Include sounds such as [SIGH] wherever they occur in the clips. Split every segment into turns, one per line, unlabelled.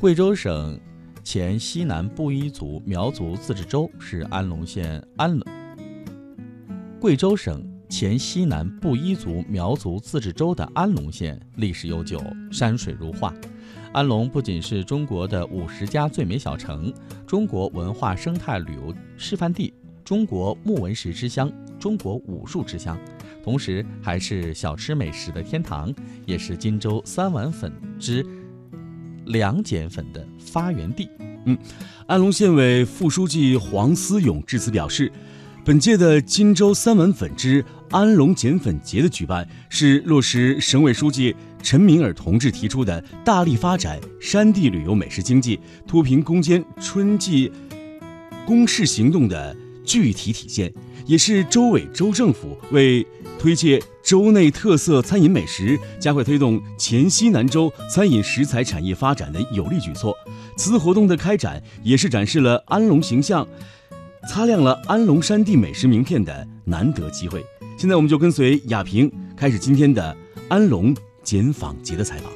贵州省前西南布依族苗族自治州是安龙县安龙。贵州省前西南布依族苗族自治州的安龙县历史悠久，山水如画。安龙不仅是中国的五十佳最美小城、中国文化生态旅游示范地、中国木纹石之乡、中国武术之乡，同时还是小吃美食的天堂，也是荆州三碗粉之两碱粉的发源地。
安龙县委副书记黄思勇致辞表示，本届的荆州三碗粉之安龙碱粉节的举办，是落实省委书记陈敏尔同志提出的大力发展山地旅游美食经济、脱贫攻坚春季攻势行动的具体体现，也是州委州政府为推介州内特色餐饮美食，加快推动黔西南州餐饮食材产业发展的有力举措。此次活动的开展也是展示了安龙形象，擦亮了安龙山地美食名片的难得机会。现在我们就跟随亚平开始今天的安龙简访节的采访。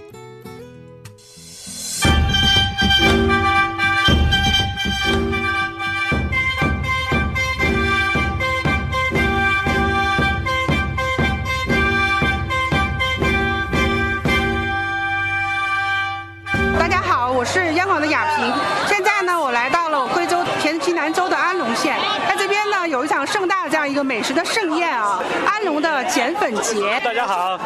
大家好，我是央广的亚萍。现在呢，我来到了我贵州黔西南州的安龙县，在这边呢有一场盛大的这样一个美食的盛宴啊，安龙的碱粉节。
大家好，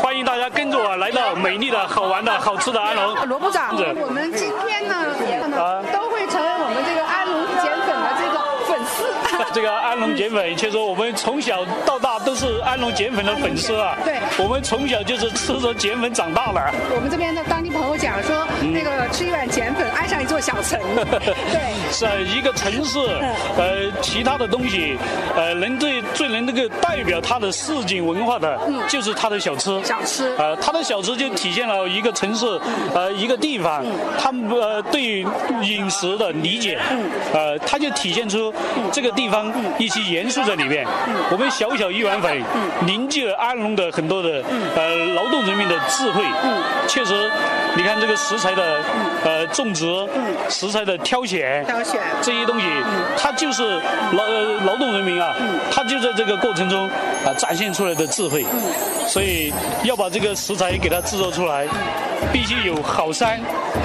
欢迎大家跟着我来到美丽的、好玩的、好吃的安龙。
罗部长，
是
我们今天
啊
呢，都会成为我们这个安龙碱粉的这个粉丝。
[LAUGHS] 这个安龙碱粉，却说我们从小到大都是安龙碱粉的粉丝啊。
对
我们从小就是吃着碱粉长大的。
我们这边的当地朋友讲说，
嗯
那个吃一碗碱粉，爱上一座小
[LAUGHS]
城。对，
是啊一个城市，
嗯
呃，其他的东西，呃，能最最能那个代表它的市井文化的，就是它的小吃。
嗯小吃嗯
呃，它的小吃就体现了一个城市，呃，一个地方，他们呃对饮食的理解，
嗯
呃，它就体现出这个地方一些元素在里面。我们小小一碗粉，凝聚了安龙的很多的呃劳动人民的智慧。确实，你看这个食材的呃种植，食材的挑选，
挑选。
这些东西，它就是劳呃劳动人民啊，他就在这个过程中啊展现出来的智慧，所以要把这个食材给它制作出来，必须有好山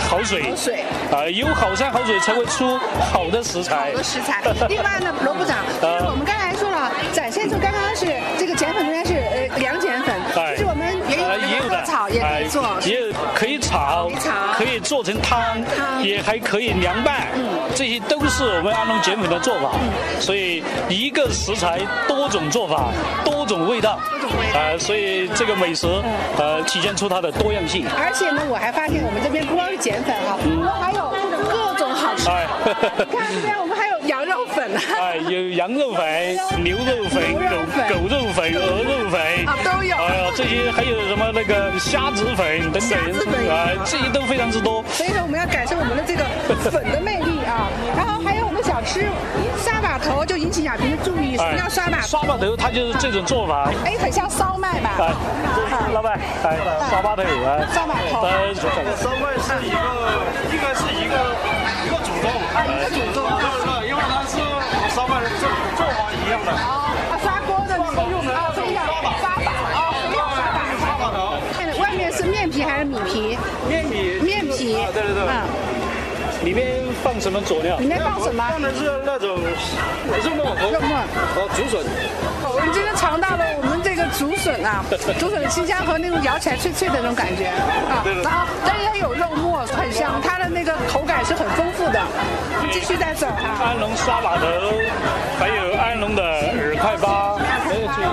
好水，
好水
啊，有好山好水才会出好的食材
好多。食材。另外呢，罗部长，
呃
就是我们刚才说了，展现出刚刚是这个碱粉，中间是呃凉碱粉，
哎
就是我们也有
呃
这个
的
割草，也可以做
哎。也可以炒
可以炒，
可以做成汤，
汤嗯
也还可以凉拌，这些都是我们安龙碱粉的做法。所以一个食材多种做法，多种味道，
多种味道嗯
呃，所以这个美食呃体现出它的多样性。
而且呢，我还发现我们这边不光是碱粉哈，我们还有各种好吃。
哎， [LAUGHS]
你看这边我们还有羊肉粉呢，
哎，有羊肉粉、牛肉粉、
哎牛肉粉
狗狗肉粉、鹅肉粉
啊都有
哎呀，这些还有什么那个虾子粉等等
虾子粉，也有
哎，这些都非常之多。
所以说我们要感受我们的这个粉的魅力啊。然后还有我们小吃沙把头，就引起亚萍的注意。什么
哎
叫沙把头？
刷把头，它就是这种做法。
哎，很像烧麦吧？
哎，老板，哎，刷把头啊，
烧把头
呃，
烧麦是一个，呃应该是一个一个主动，一个主动，对对，因为它是和烧麦的做做法一样的，
啊，砂锅的那个用的啊，非常沙把啊，非常沙把。
大把头，
外面是面皮还是米皮？
面米，
面皮
啊，对对对，
嗯，
里面放什么佐料
里？面放什么？
放的是那种呃肉末和
肉末
和竹笋，
我们今天尝到了我们这个竹笋
[LAUGHS]
啊，竹笋的清香和那种咬起来脆脆的那种感觉啊
对，对
然后但是它有肉末，很香，它的那个口感是很丰富的。我们继续再走啊。
安龙刷把头，还有安龙的饵块粑，
啊
还有这个。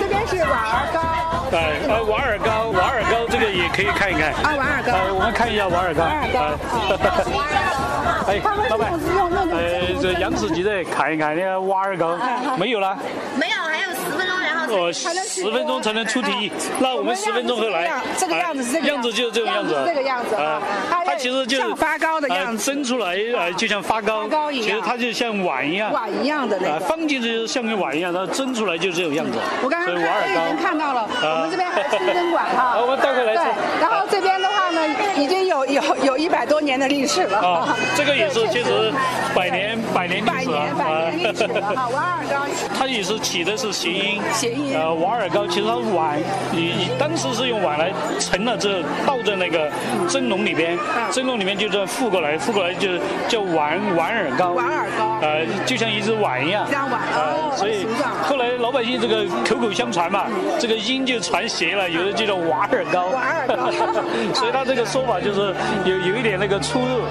这边是瓦儿糕，
哎，呃，瓦尔高，瓦尔高这个也可以看一看。
啊瓦尔高
呃，我们看一下瓦尔高。
瓦尔糕啊
哎，哎
他们
老
这
板
种。是用那种
哎
呃，这杨子吉的砍一砍那个瓦尔高
啊
没有了，
没有，还有十分钟，然后
我
才能
十分钟才能出
[LAUGHS]
题，那我
啊我
们
们
十分钟后来，
这个样子是这个
哎样子就是这个样子，
样子是这个样子啊
哎
哎
它其实就是
像发糕的样子啊
哎蒸出来呃就像发糕，
发糕一样
其实它就像碗一样，
碗一样的那
啊
个。
放进去就像个碗一样，然后蒸出来就这种样子。
我刚刚
所以瓦尔
已经
高。
看到了，
呃。
我们这边来清真馆哈
我们待会儿来吃
对，然后这边的话呢，已经有有有一百多年的历史了。
啊，这个也是
对
确实百年百年历
百
史啊
年，百年历史了哈，瓦尔高。
它也是起的是谐音，
谐音
呃，瓦尔高其实它碗，以以当时是用碗来盛了这倒在那个蒸笼里边，
啊
蒸笼里面就这样覆过来，覆过来就叫碗碗耳糕，
瓦尔高
呃，就像一只碗一样，
像碗哦
呃，所以
形状
后来老百姓这个口口相传嘛，这个音就传邪了，有的就叫瓦耳高，
瓦尔高
[LAUGHS] 所以他这个说法就是有有一点那个出入，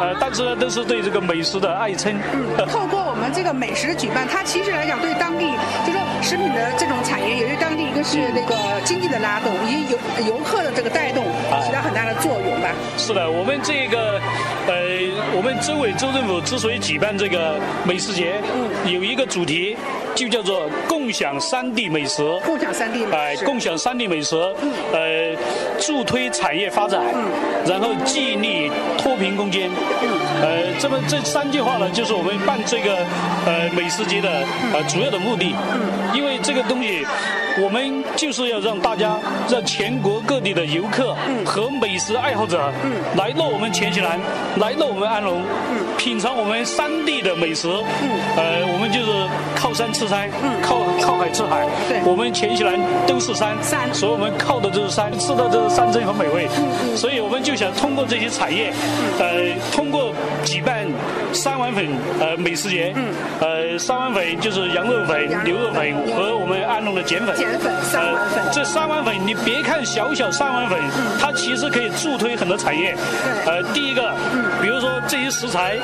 呃，但是呢都是对这个美食的爱称，
嗯透过我们这个美食的举办，它其实来讲对当地，就说食品的这种产业，也对当地一个是那个经济的拉动，以游游客的这个带动起到很大的作用吧。
是的，我们这个，呃，我们州委州政府之所以举办这个美食节，有一个主题，就叫做共享山地美食。
共享三地
哎
美，食，
共享山地美食，呃，助推产业发展，然后激励脱贫攻坚，呃，这么这三句话呢，就是我们办这个呃美食节的呃主要的目的，因为这个东西。我们就是要让大家，让全国各地的游客和美食爱好者，来到我们黔西南，来到我们安龙，品尝我们山地的美食。呃，我们就是靠山吃山，靠靠海吃海。
对
我们黔西南都是山，
山嗯
所以我们靠的都是山，吃的都是山珍和美味。所以我们就想通过这些产业，呃，通过举办三碗粉呃美食节，呃，三碗粉就是羊肉粉
嗯羊、肉
牛肉粉
粉
和我们安龙的碱粉。
碱粉三碗粉嗯
呃这三碗粉，你别看小小三碗粉，它其实可以助推很多产业。
对嗯
呃，第一个，比如说这些食材，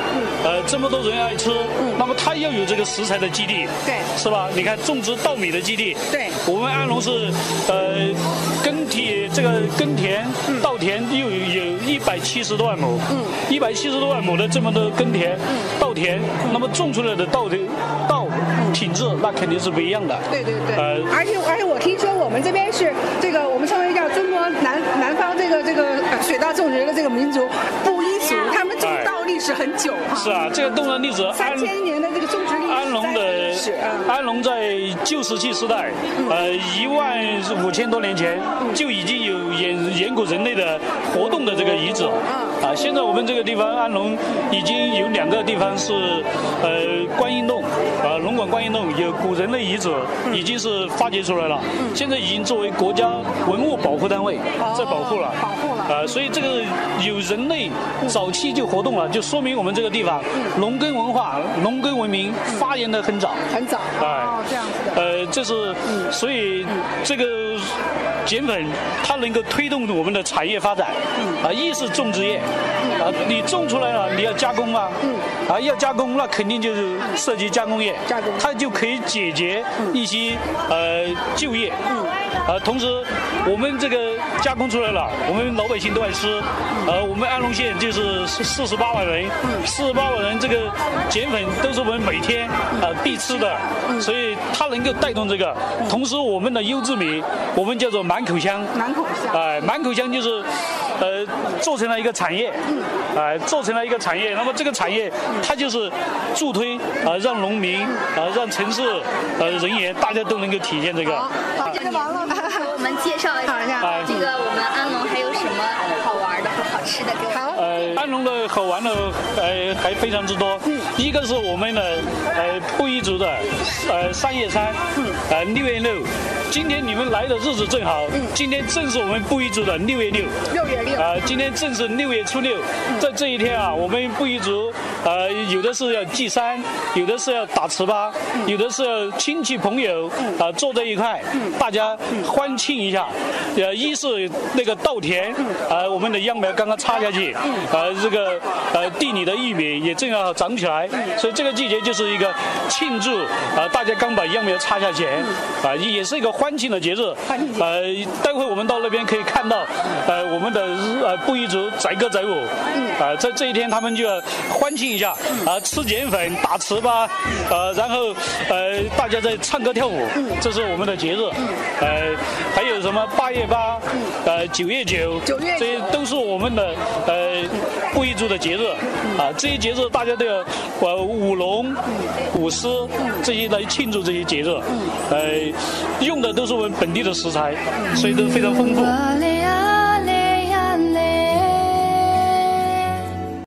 呃，这么多人爱吃，那么它要有这个食材的基地，
嗯对
是吧？你看种植稻米的基地，
对
我们安龙是呃耕田这个耕田稻田又有有一百七十多万亩，嗯，一百七十多万亩的这么多耕田
嗯
稻田，那么种出来的稻的稻品质那肯定是不一样的，
对对对，
呃，
而且而且我听说我们这边是这个我们称为叫中国南南方这个这个呃水稻种植的这个民族布依族，他们种
哎
稻历史很久哈，
是啊，这个动人历史
三
安。
千年的这个种植历史，
安龙的
历史啊。
安龙在旧石器时代，呃，一万五千多年前就已经有远远古人类的活动的这个遗址。啊，现在我们这个地方安龙已经有两个地方是，呃，观音洞，呃，龙管观音洞有古人类遗址，已经是发掘出来了，现在已经作为国家文物保护单位在保护了，
哦保护了
呃，所以这个有人类早期就活动了，就说明我们这个地方
嗯
农耕文化、农耕文明发源的很早。
很早哦，这样子的。嗯
呃，这是，所以这个碱粉它能够推动我们的产业发展，
嗯
啊，一是种植业，啊，你种出来了，你要加工啊，
嗯
啊，要加工，那肯定就是涉及加工业，
加工嗯
它就可以解决一些呃就业，啊，同时我们这个加工出来了，我们老百姓都爱吃，
嗯
呃，我们安龙县就是四十八万人，四十八万人这个碱粉都是我们每天
嗯
啊必吃的，所以它能够带动这个，同时我们的优质米，我们叫做满口香，
满口香
哎，满口香就是，呃，做成了一个产业，哎，做成了一个产业。那么这个产业，它就是助推啊，让农民啊，让城市呃人员，大家都能够体现这个。
好，这个王老板，
给我们介绍一
好
下
呀
这个我们安龙还有什么好玩的和好吃的给我们。
好，
呃，安龙的好玩的呃还非常之多。一个是我们的呃布依族的呃三叶山，呃六月六。今天你们来的日子正好，今天正是我们布依族的六月六。
六月六，
啊，今天正是六月初六，在这一天啊，我们布依族，呃，有的是要祭山，有的是要打糍粑，有的是要亲戚朋友啊、坐在一块，大家欢庆一下。呃，一是那个稻田，啊，我们的秧苗刚刚插下去，呃，这个呃地里的玉米也正要长起来，所以这个季节就是一个庆祝啊，大家刚把秧苗插下前，啊，也是一个欢庆的节日。呃，待会我们到那边可以看到，呃，我们的呃布依族载歌载舞，啊，在这一天他们就要欢庆一下，啊，吃碱粉、打糍粑，呃，然后呃大家在唱歌跳舞，这是我们的节日。呃，还有什么八月八，呃九月九，
九月九
这些都是我们的呃布依族的节日啊，这些节日大家都要呃舞龙、舞狮这些来庆祝这些节日，呃，用的的都是我们本地的食材，所以都非常丰富。